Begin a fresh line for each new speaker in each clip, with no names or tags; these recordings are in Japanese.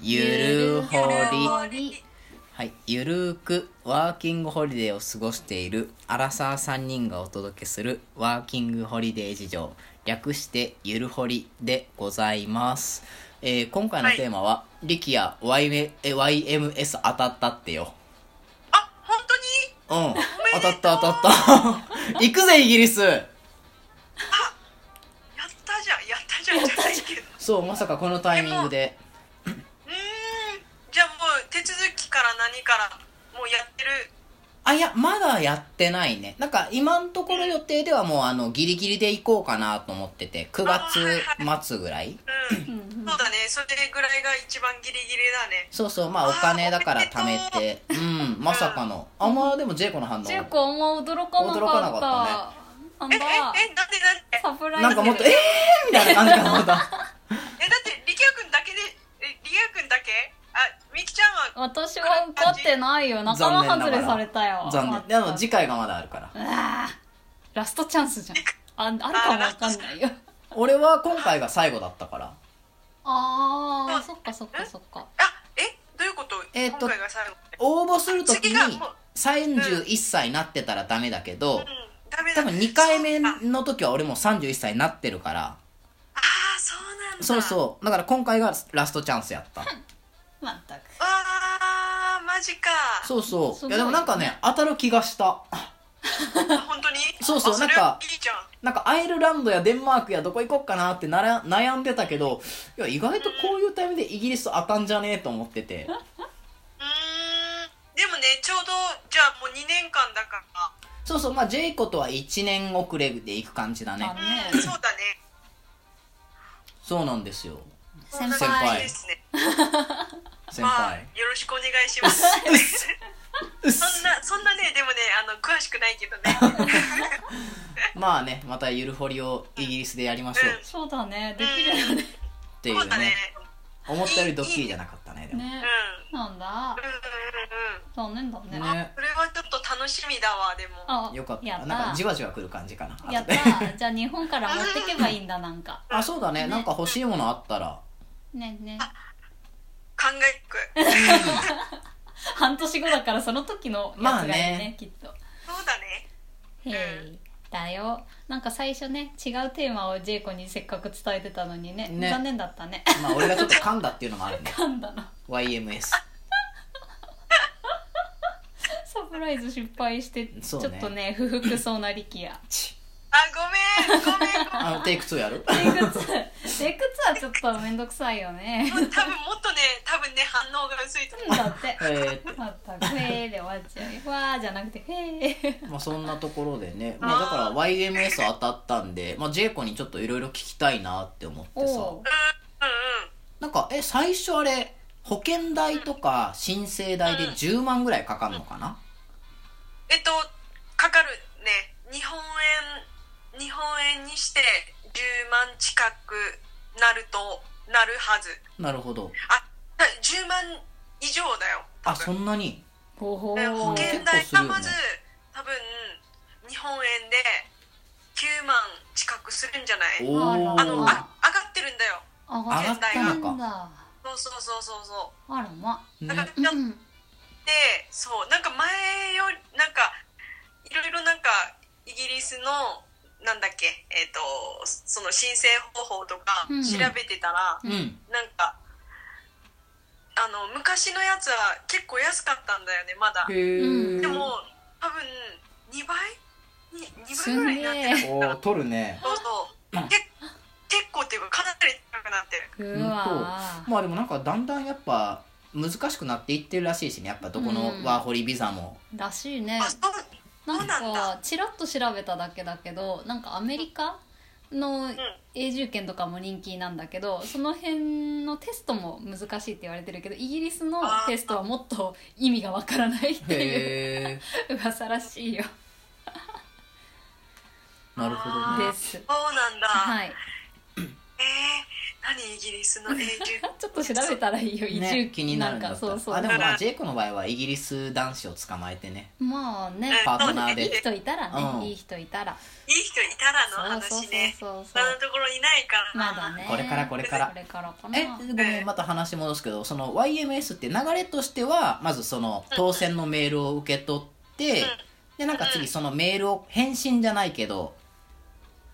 ゆるほり。
り
はい。ゆるーくワーキングホリデーを過ごしているアラサー3人がお届けするワーキングホリデー事情。略してゆるほりでございます。えー今回のテーマは、力也 YM え YMS 当たったってよ。
あ本当に
うん。当たった 当たった。行くぜ、イギリス
やったじゃんやったじゃんじゃないけど
そう、まさかこのタイミングで。
うーんじゃあもう手続きから何からもうやってる
あ、いや、まだやってないね。なんか、今のところ予定ではもう、あの、ギリギリで行こうかなと思ってて、9月末ぐらい
うんそうだねそれぐらいが一番ギリギリだね
そうそう、まあ、お金だから貯めて、うん、まさかの。あんまあでも、ジェイコの反
ジェイ
応。
コも驚かなかった
驚かなか
なん
えええ
だ
なんでなんで
サプライズ
なんかもっと、えーみたいな感じかなまた。
えだって力也くんだけでえ力也くんだけあみきちゃんは
私は受かって ないよ仲間外れされたよ
残念。でも、次回がまだあるから。
ラストチャンスじゃんああるかもわかんないよ
俺は今回が最後だったから。
あーそっかそっかそっか
あえどういうこと
えー
今
と
回が最後
応募するとき
次が
に
もう、
31歳になってたらダメだけど
う、んダメだ
多分2回目
あ
の時は俺もう31歳になってるから、
あーそうなんだ
そうそう。だから今回がラストチャンスやった。
まったく
あーマジか
そうそ
す
う。
ご
いや
い
でもなんかね、当たる気がした。
あ本当に
そうそう
あれ
なんか
いいじゃん
なんかアイルランドやデンマークやどこ行こっかなってなら悩んでたけど、いや意外とこういうタイミングでイギリス当たんじゃねえと思ってて。
うーんでもねちょうどじゃあもう2年間だから
そうそう、まあジェイコとは1年遅れで行く感じだね
まあ。ね
うんそうだね
そうなんですよ。
先
そんな感じ
輩
ですね
先
まあ
輩。
よろしくお願いします
うっすうっ
そん
す
なそんなねでもねあの詳しくないけどね
まあね、またゆるほりをイギリスでやりましょう
うん
そうだねできるよね
ってい
そううだね
ね。思ったよりドッキリじゃなかったね、でも。
う
ね
ん
なんだ
うんうんうん
残念だね
ね。
それはちょっと楽しみだわでも
あ
よかった。
やった
なんかじわじわ来る感じかな。
や
後
っ
で
たじゃあ日本から持ってけばいいんだなんか
あ、そうだね。なんか欲しいものあったら。
ねね
考えてく
半年後だからその時のやつ
まあ
がいいね,、
ね
きっと
そうだね
へいだよなんか最初ね違うテーマをジェイコにせっかく伝えてたのにね
ね
残念だったね
まあ俺がちょっと噛んだっていうのもあるね。
噛んだの
YMS。
サプライズ失敗して、ち
そ
ょ
う
っ
ね
とね不服そうな力也
ち
あごめんごめんご
あの、テイク2やる
テイク2テイク2はちょっと面倒くさいよね
めん多分もっとね多分ね反応が薄いと思う
だって
えーって
また「ふえー」で終わっちゃう「わー」じゃなくて「へー
まあそんなところでね、まあ、だから YMS 当たったんで、まあ、ジェイコにちょっといろいろ聞きたいなって思っ」てさ
おう
うんうん
なんかえ最初あれ保険代とか申請代で10万ぐらいかかるのかな、
えっとかかるね日本円日本円にして10万近くなるとなるはず
なるほど
あだ10万以上だよ
あそんなに
ほほ
え保
ー
結
険
構
代
するよ
が
ね
まず、多分日本円で9万近くするんじゃな
お
い
お
あの
ー
あ上がってるんだよ
あ上
が
った
の
だ
そうそうそうそうそ
あらま
うだから
ね
ちょっと
ん
でそうなんか前よりなんかいろいろなんかイギリスのなんだっけえっ、とその申請方法とか
うん
調べてたら、
うん
なんかあの昔のやつは結構安かったんだよねまだ
へー
でも多分2倍に2倍ぐらいになってる
す
おー取るね
そうそうけ結構っていうかかなり高くなってる
うわ
まあでもなんかだんだんやっぱ難しくなっていってるらしいしねやっぱどこのワーホリビザも、
ーらしいね
あそう
なん
そうなん
かちらっと調べただけだけどなんかアメリカの永住権とかも人気なんだけどその辺のテストも難しいって言われてるけどイギリスのテストはもっと意味がわからないっていう
へえ
噂らしいよ
なるほどね
です
そうなんだ
はい
えー、何イギリスの永住
ちょっと調べたらいいよ移
ね
住
気になるんだ
ん
っ
か
た
そうそう
あでもまあジェイコの場合はイギリス男子を捕まえてね
まあね
パートナー
いい
で
人いたらね、
うん
いい人いたら
いい人いたらの
そう
話ね
そうそう
そ
そ
ん
う
なところいないから
ま
な
だね
これからこれから
これからかな
えごめんまた話戻すけどその YMS って流れとしてはまずその当選のメールを受け取ってでなんか次そのメールを返信じゃないけど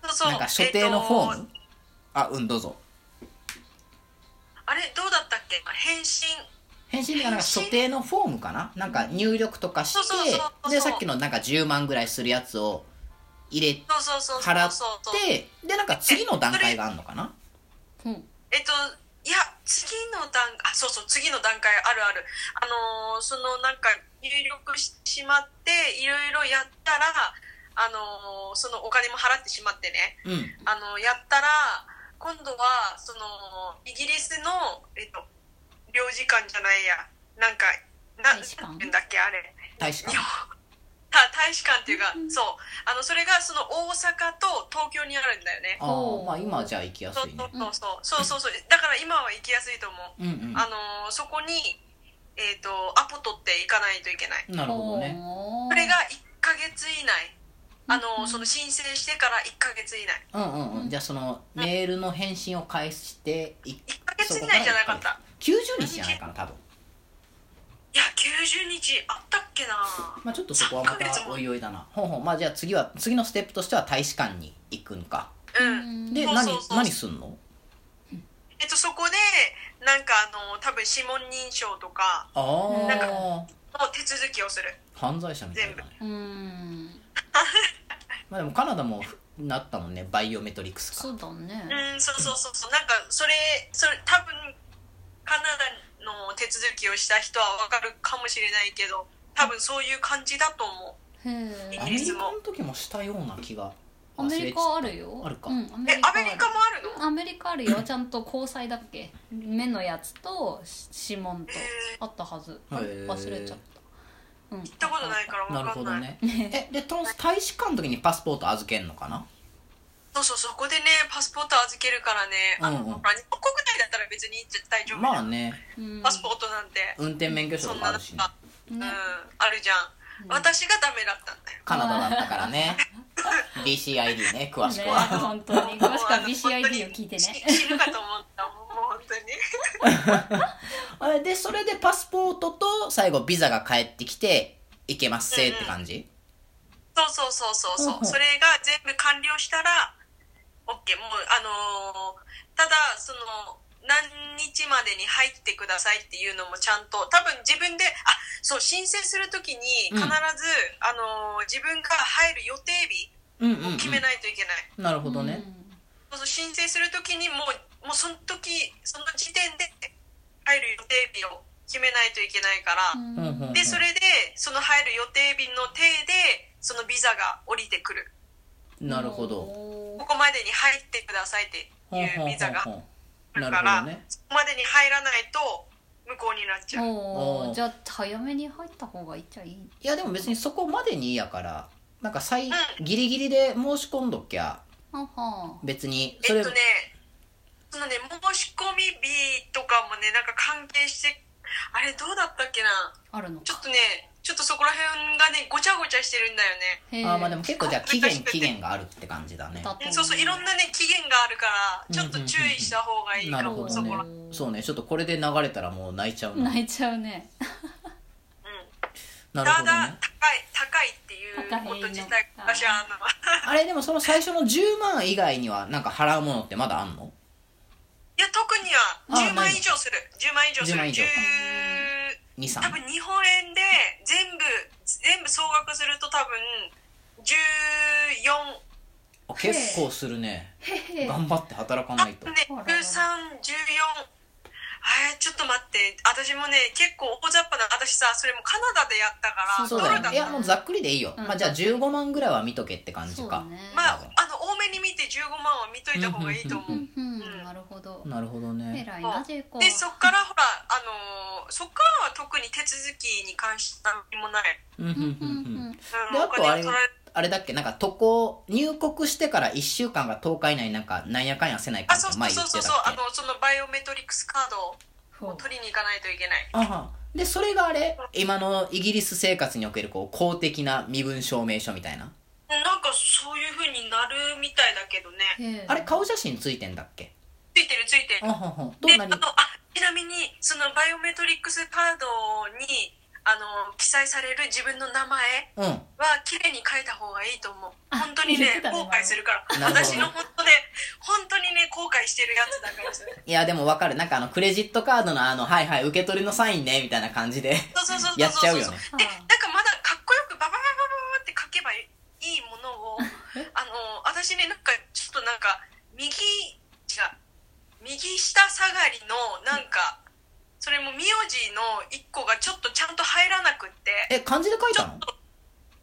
そうそう
なんか所定のフォ
え
ー
っ
ム
と
あうんどうぞ
あれどうだったっけ返信
返信っていうかなんか所定のフォームかななんか入力とかし
そうそうそうそう
てでさっきのなんか10万ぐらいするやつを入れ
そうそうそうそう
払っ
そうそう
てでなんか次の段階があるのかな
うん
えっといや次の段あそうそう次の段階あるあるあのーそのなんか入力してしまっていろいろやったらあのーそのお金も払ってしまってね
うん
あのやったら今度はそのイギリスのえっと領事館じゃないやなんかな
大使館
なんて言うんだっけあれ
大使
日
館
本た大使館っていうかそうあのそれがその大阪と東京にあるんだよね
ああまあ今はじゃあ行きや
そう
す
そ
いね
うそうそうそうそうそうだから今は行きやすいと思
う
う
んうん
あのそこにえっ、とアポ取って行かないといけない
なるほどね
ほう
それが1ヶ月以内あ
う
の
ん
その申請してから1ヶ月以内
うんうんうんじゃあそのメールの返信を返してい
1ヶ月以内じゃなかった
90日じゃないかな多分
いや90日あったっけな
まあちょっとそこはまたおいおいだなほうほうまあじゃあ次は次のステップとしては大使館に行くんか
うん
で
そう
何
そうそう
何すんの
えっとそこでなんかあの多分指紋認証とか
あ
なん
あ
の手続きをする
犯罪者みたいなね
うん
まあでもカナダもなったもんねバイオメトリクスか
そうだ
う
ね
んそうそうそうそうなんかそれそれ多分カナダの手続きをした人はわかるかもしれないけど多分そういう感じだと思う
へ
ア
え
メリカの時もしたような気が
アメリカあるよ
あるか
うん、アメ
え
リカ
ア
ある
メリカもあるの
アメリカあるよちゃんと交際だっけ目のやつとし指紋とあったはずあれ
へー
忘れちゃった、うん、行っ
行ったことないから
な
わ
る
か
ほ
ん
ど
ない
ねえでと大使館の時にパスポート預けんのか な
そうそうそこでねパスポート預けるからねあの、
うんうん
ほら日本国内だったら別に大丈夫、
まあね
うん
パスポートなんて、
運転免許証
そ
と
ん
かあ
な
る
の
し、ね
が、うん
ね
あるじゃん、
うん
私がダメだったんだよ
カナダだったからね BCID ね詳しくは、
ね 本当に詳しくは
もうあの
BCID を聞いてね
本当に死死ぬかと思ったもんもう本当に
あれでそれでパスポートと最後ビザが返ってきて行けますせって感じ、
そうそうそうそう
ほう
そう
ほう
それが全部完了したら OK もうあのーただその何日までに入ってくださいっていうのもちゃんと多分自分であそう申請するときに必ず、
うん
あのー自分が入る予定日
うん、うんうん、
を決めないといけない、
なるほどね、
そうそう申請するときにもうもうその時その時点で入る予定日を決めないといけないから、
う
う
ん
んうんうん
でそれでその入る予定日の体でそのビザが降りてくる
なるほど
お
こ
ー
こまでに入ってくださいって
ほん
い
ほ
うんビザが
ほんほん
来
なる
るか
ほ
ら、
どね
そこまでに入らないと無効になっちゃう、
お
お
ー
ー
じゃあ早めに入った方がいいっちゃいい
いやでも別にそこまでにいいやからなんか最、
ん
ギリギリで申し込んどきゃ
はは
別にそ
え
れ、
っとねそのね申し込み日とかもねなんか関係してあれどうだったっけな
あるの
ちょっとねちょっとそこら辺がねごちゃごちゃしてるんだよね
へー
あーまあでも結構じゃあ期
難し
限
くて
期限があるって感じだね
だと
うんそうそういろんなね期限があるからちょっと注意した方がいい
な
か
る
も、
ほど
そ
ね
こら、うん、
そうねちょっとこれで流れたらもう泣いちゃうな
泣いちゃうね
なる
た
ほどね
だ高い高いっていうこと自体
高いのか
私はあの
あれでもその最初の10万以外にはなんか払うものってまだあんの
いや特には
あ
10万
ないの
以上する10万以上す
10
る
万以上
10
?23
多分日本円で全部全部総額すると多分14
あ結構するね
へー
頑張って働か
あ
ないと
ね
ほら
1314えーちょっと待って私もね結構大雑把な私さそれもカナダでやったから
そう
ド
だ
ル
よね
だ
いやもうざっくりでいいよ、
うん
まあ、じゃあ15万ぐらいは見とけって感じ
そう
か
だ、ね
まああの多めに見て15万は見といた方がいいと思う
う
う
ん
うん
うん
なるほど
なるほどね
偉いなジェイコ
でそっからほらあのーそっからは特に手続きに関しては何もない、
うんうん
う
う
んうん
うん
ん
であとあれ
取られ
あれだっけなんか渡航入国してから1週間が10日以内になんかなんやかんやせないか
あ、
っ
そう
て
そう
前言
そう
って
そ
たっ
う
け
そう、あの、そのバイオメトリックスカード
ほ
を
う
取りに行かないといけない。
あはでそれがあれ今のイギリス生活におけるこう公的な身分証明書みたいな
なんかそういう風になるみたいだけどね。
へえ
あれ顔写真ついてんだっけ
ついてるついて
あ
る。
ははど
で、
ん
あ
なに
の、あ、ちなみに、そのバイオメトリックスカードに、あの、記載される自分の名前
うん
は綺麗に書いた方がいいと思う。
あ
本当に
言っ
ね
て、たね
後悔するから。
なるほど
私の本当ね、本当にね、後悔してるやつだからそれ
いやでもわかるなんかあのクレジットカードのあのはいはい受け取りのサインねみたいな感じで
そうそうそうそうそう。
やっちゃうよね
で、なんかまだかっこよくババババババって書けばいいものを、あの、私ね、なんかちょっとなんか、右、違う、右下下がりの、なんか、それも名字の一個がちょっとちゃんと入らなくって。
え漢字で書いたの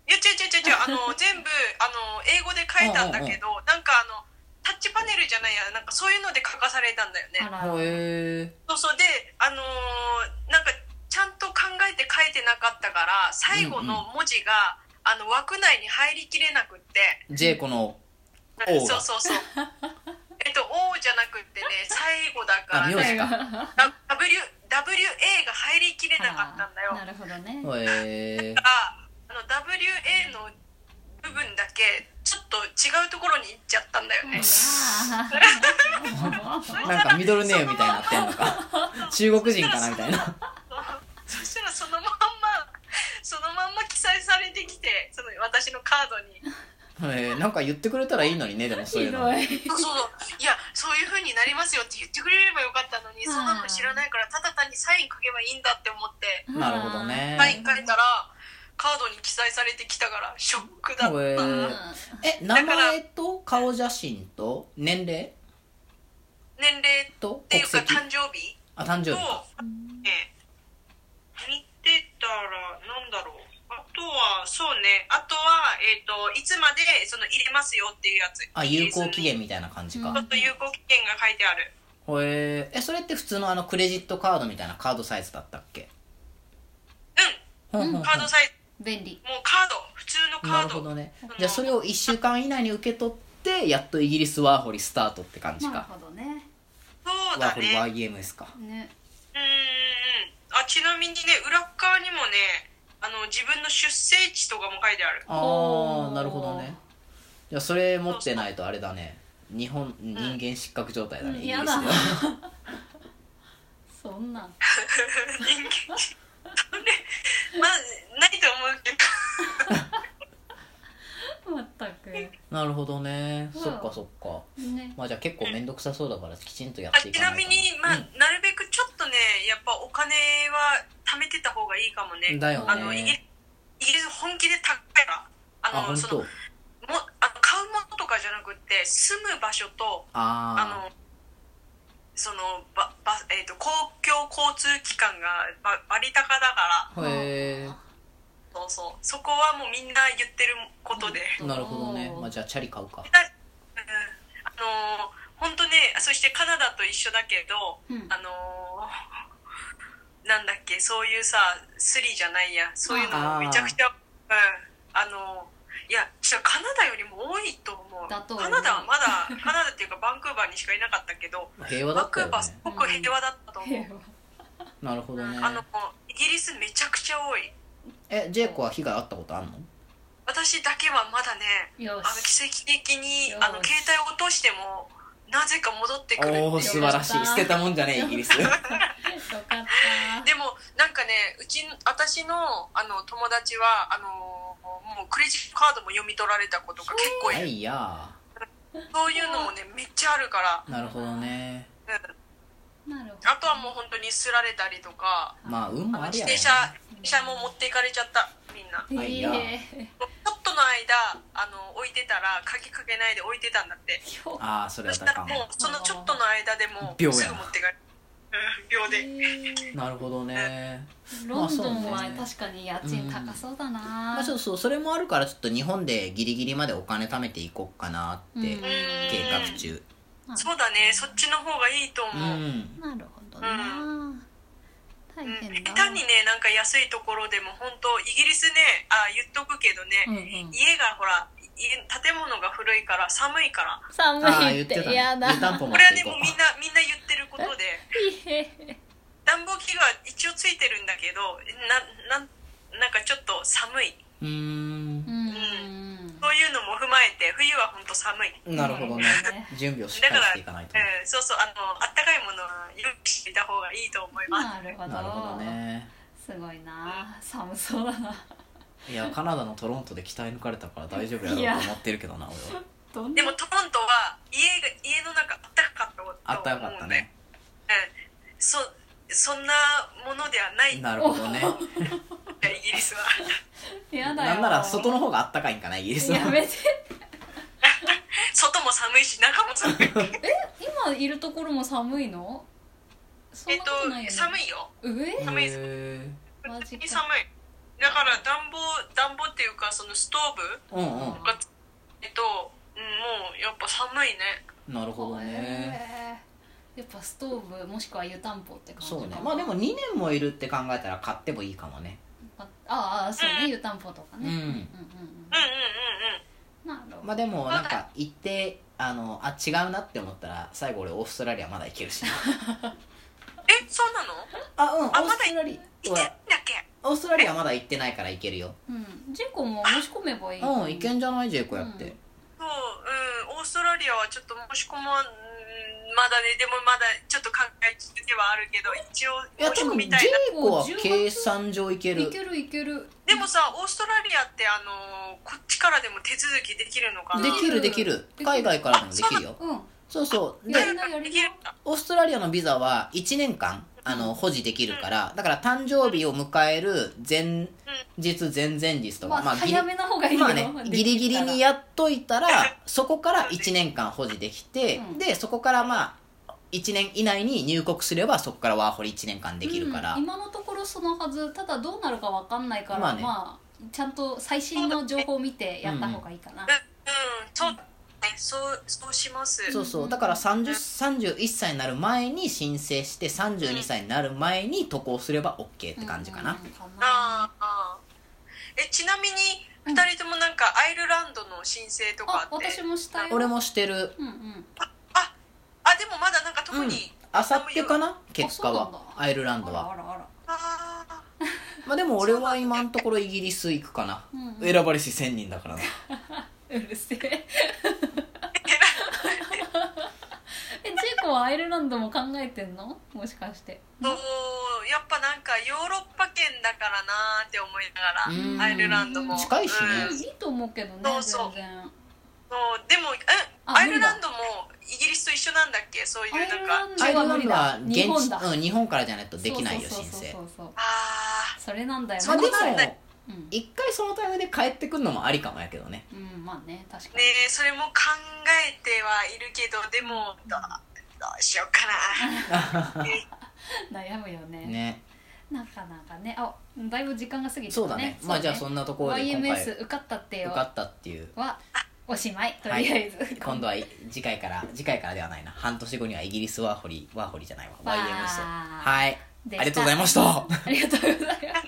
いや違う違う違う違うあの全部あの英語で書いたんだけどなんかあのタッチパネルじゃないやなんかそういうので書かされたんだよ
あら
ね
へえ
そうそうであのーなんかちゃんと考えて書いてなかったから最後の文字が、あの枠内に入りきれなくって
ジェイコの
なん
王が
かそうそうそうえっと「王じゃなくってね最後
あ
だから、
名字
最後
ね、W WA が入りきれなかったんだよ
あらなるほどね
へえ
があの WA の部分だけちょっと違うところに行っちゃったんだよね。
あー
なんかミドルネームみたいになってんのか中国人かなみたいな
そしたらそのまんま そのまんま記載されてきてその私のカードに。
へえなんか言ってくれたらいいのにねでもそうい
ひ
う
ど
の
い
そうそういやそういう風になりますよって言ってくれればよかったのにそんなの知らないからただ単にサイン書けばいいんだって思って
なるほどね
サイン書いたらカードに記載されてきたからショックだった。
へ
うん
ーえ名前と顔写真と年齢
年齢っ
と
てい
国
うか
籍
誕生日
あ誕生
と
日か
ね見てたらなんだろうあとはそうねあとは、えっといつまでその入れますよっていうやつ
あ有効期
ち
限みたいな感じか、
う
へ
ょっと有効期限が書いてある
ええそれって普通のあのクレジットカードみたいなカードサイズだったっけほほ
うん
ほ
カードサイズ
便利
もうカード普通の
な
カ
る
ード
ほどね
あの
じゃあそれを1週間以内に受け取ってやっとイギリスワーホリスタートって感じ
なる
か
ほどね
そう
ワー
だ
ホリ
ね
YMS か
ね
うんうんあちなみにね裏側にもねあの自分の出生地とかも書いて ある
あ
お
あ
ー
なるほどねじゃあそれ持ってないとあれだね日本人間失格状態だね、
うん
イギリスで
やだ
は
そんなん
人間それまあないと思うけど
まったく
なるほどね、
うん
そっかそっか
ね
まあじゃあ結構面倒くさそうだからきちんとや
あ
ってい
ち
か
な
ない
み
と
に、まあ、なるべくちょっとね、やっぱお金は貯めてた方がいいかもね。
だよね
あのイギリイギリス本気で高いから。
あ
あの、
本
その、
当
もあの買うものとかじゃなくて、住む場所と、
あ
あの、その、ば、ば、えっ、と、公共交通機関がば、バリ高だから、
あへ
そうそう。そこはもうみんな言ってることで。
えなるほどね、まあ、じゃあチャリ買うか
うん、あの、本当ね、そしてカナダと一緒だけど、
うん
あのーなんだっけそういうさスリじゃないやそういうのもめちゃくちゃうんあのーいや違うカナダよりも多いと思う
だと思う
カナダはまだカナダっていうかバンクーバーにしかいなかったけど
平和だったよ
バンクー
ね
バーすごく平和だったと思う、
平和
なるほどね
あのイギリスめちゃくちゃ多い
えジェイコは被害あったことあんの
私だけはまだね
よ
あの
し
奇跡的に
よし
あの携帯を落としてもなぜか戻ってくるっていう
おお素晴らし
よかっ
い
た
捨てたもんじゃねえイギリ ス
よかった
でもなんかねうち私のあの友達はあのもうクレジットカードも読み取られたことが結構
はい
る
いや
そういうのもねめっちゃあるから、
なるほどね
うん、
なるほど
あとはもう本当にすられたりとか
まあ運も
あの
あり
自
やね
転車自転車も持っていかれちゃったみんなち
あいいな
ええ
ょっとの間あの置いてたら鍵かけないで置いてたんだって
よ
ああそれ
そ
はだ
した
からん
もうそのちょっとの間でも
秒やな
すぐ持ってかれうん秒で
なるほどね
ロンドン
まあ
は
そうね
確かに家賃高そうだな、
まあそうそうそれもあるからちょっと日本でギリギリまでお金貯めていこうかなって
うん
計画中
そうだねそっちの方がいいと思
う
う、
ん
なるほどな、大
うん
大変だ
下手にねなんか安いところでも本当イギリスねあ言っとくけど
うんう
ね、
ん
家がほら家建物が古いから寒いから
寒
ああ
い
言
っ
って
て
た、ね、
嫌だ
湯たんぽ持
こ
っ
れは
てい
ね
こ
もう
う
みんなみんな言ってることで暖房器具は一応ついてるんだけどななんなんかちょっと寒いう
ー
うんん
そういうのも踏まえて冬は本当寒い
なるほどね準備をしっ
だ
か
か
りして
ら、う
いかないと
ん、そうそうあのあったかいものは用意していた方がいいと思います、
なるほど
なるほどね
すごいな寒そうだない
やカナダのトロントで鍛え抜かれたから大丈夫や
い
ろ
や
うと思ってるけどな俺は
どん
で
な
もトロントは家が家の中あったかかったと思う
あったよかったね
うんそそんなものではない
なるほどね
イギリスは
嫌だよ
なんなら外の方があったかいんかなイギリスは
やめて
外も寒いし中も寒い
今いるところも寒いのそん
え
な
っと
ことないよね
寒いよ
上
寒いぞ
へー
マ
普
ジ
通
か
に寒いだから暖房暖房っていうかそのストーブ
うんう
がえっと、うん、もうやっぱ寒いね
んなるほどね
へえやっぱストーブもしくは湯たんぽって感じか
そ
な
うねまあでも2年もいるって考えたら買ってもいいかもね
あああそう
う
ね
ん
湯たんぽとか
う
ね、うん、うん
ん
うん
うんうんうんうん
なるほ
まあ
ど
でもなんか行ってあのあ違うなって思ったら最後俺オーストラリアまだ行けるし
えそうなの
あうんオ
あ
ーストラリ
いて
ア
んだ
は
っけ
オーストラリアまだ行ってないから行けるよ
うんジェイコも申し込めばいい
うん行けんじゃないジェイコやって
そううんオーストラリアはちょっと申し込まんまだねでもまだちょっと考え中ではあるけど一応
いや多
申し込
分ジ
み
ェイ
たいな
コは計算上行ける
いけるいける
でもさオーストラリアってあのーこっちからでも手続きできるのかな
できるできる海外からでもできるよ
うん
そうそう
い
で
やいや
できるんだ
オーストラリアのビザは1年間あの保持できるからだから誕生日を迎える前日前々日と
ま
か
あ、
ギリ
早めの方がいいよ、
まあね、ギリギリにやっといたら、そこから1年間保持できて、
うん
で、そこからまあ、1年以内に入国すれば、そこからワーホリ1年間できるから、
うん今のところそのはずただどうなるかわかんないから、
ま
ま
あ
あ
ね
ちゃんと最新の情報を見てやった方がいいかな、
うんそうねそうそうします
そうそう、だから30 31歳になる前に申請して、32歳になる前に渡航すれば OK って感じかな。
うんかな
あーあーえちなみに
うん
2人ともなんかアイルランドの申請とか
あ
って
私もしたよ
俺もしてる。
うんうん
ああでもまだなんか特
うん
に、。
あさってかな結果
そうなん
は。
だ
アイルラン
あ
ド
らあ
は。
らあら
ああ
まあでも俺は今のところイギリス行くかな。
うんうん
選ばれし1000人だからな。
う るせええジェイコはアイルランドも考えてんのもしかして
そうやっぱなんかヨーロッパ圏だからなーって思いなが
うん
らアイルランドも
近いしね
うん
いいと思うけどね
そうそう
全然
そうでもえ
あ
アイルランドもイギリスと一緒なんだっけそういう
アイ
なん
ル
か
ラン
アイル
ド
ラ
は無
ン
理
ドは現
だ日本
地
だ
うん、日本からじゃないとできないよ
そう
申
そうそう
請
そうそう
あ
それなんだよ
まあ
そ
で
うなんだ
も
うん
一回そのタイミングで帰ってくるのもありかもやけどね
うんまあね確
あ
か
ね
に
えそれも考えてはいるけどでもどどうしようかなね
悩むよね
ね
なかなかねあだいぶ時間が過ぎてたね
そうだねまあじゃあそんなところで今回
YMS
受
受かったってよ
かったっていう
はおしまいとりあえず、
今度は次回から次回からではないな半年後にはイギリスワーホリワーホリじゃないわ
わー
YMS はいあ
で
り
し
がと
た
うございました
ありがとうございます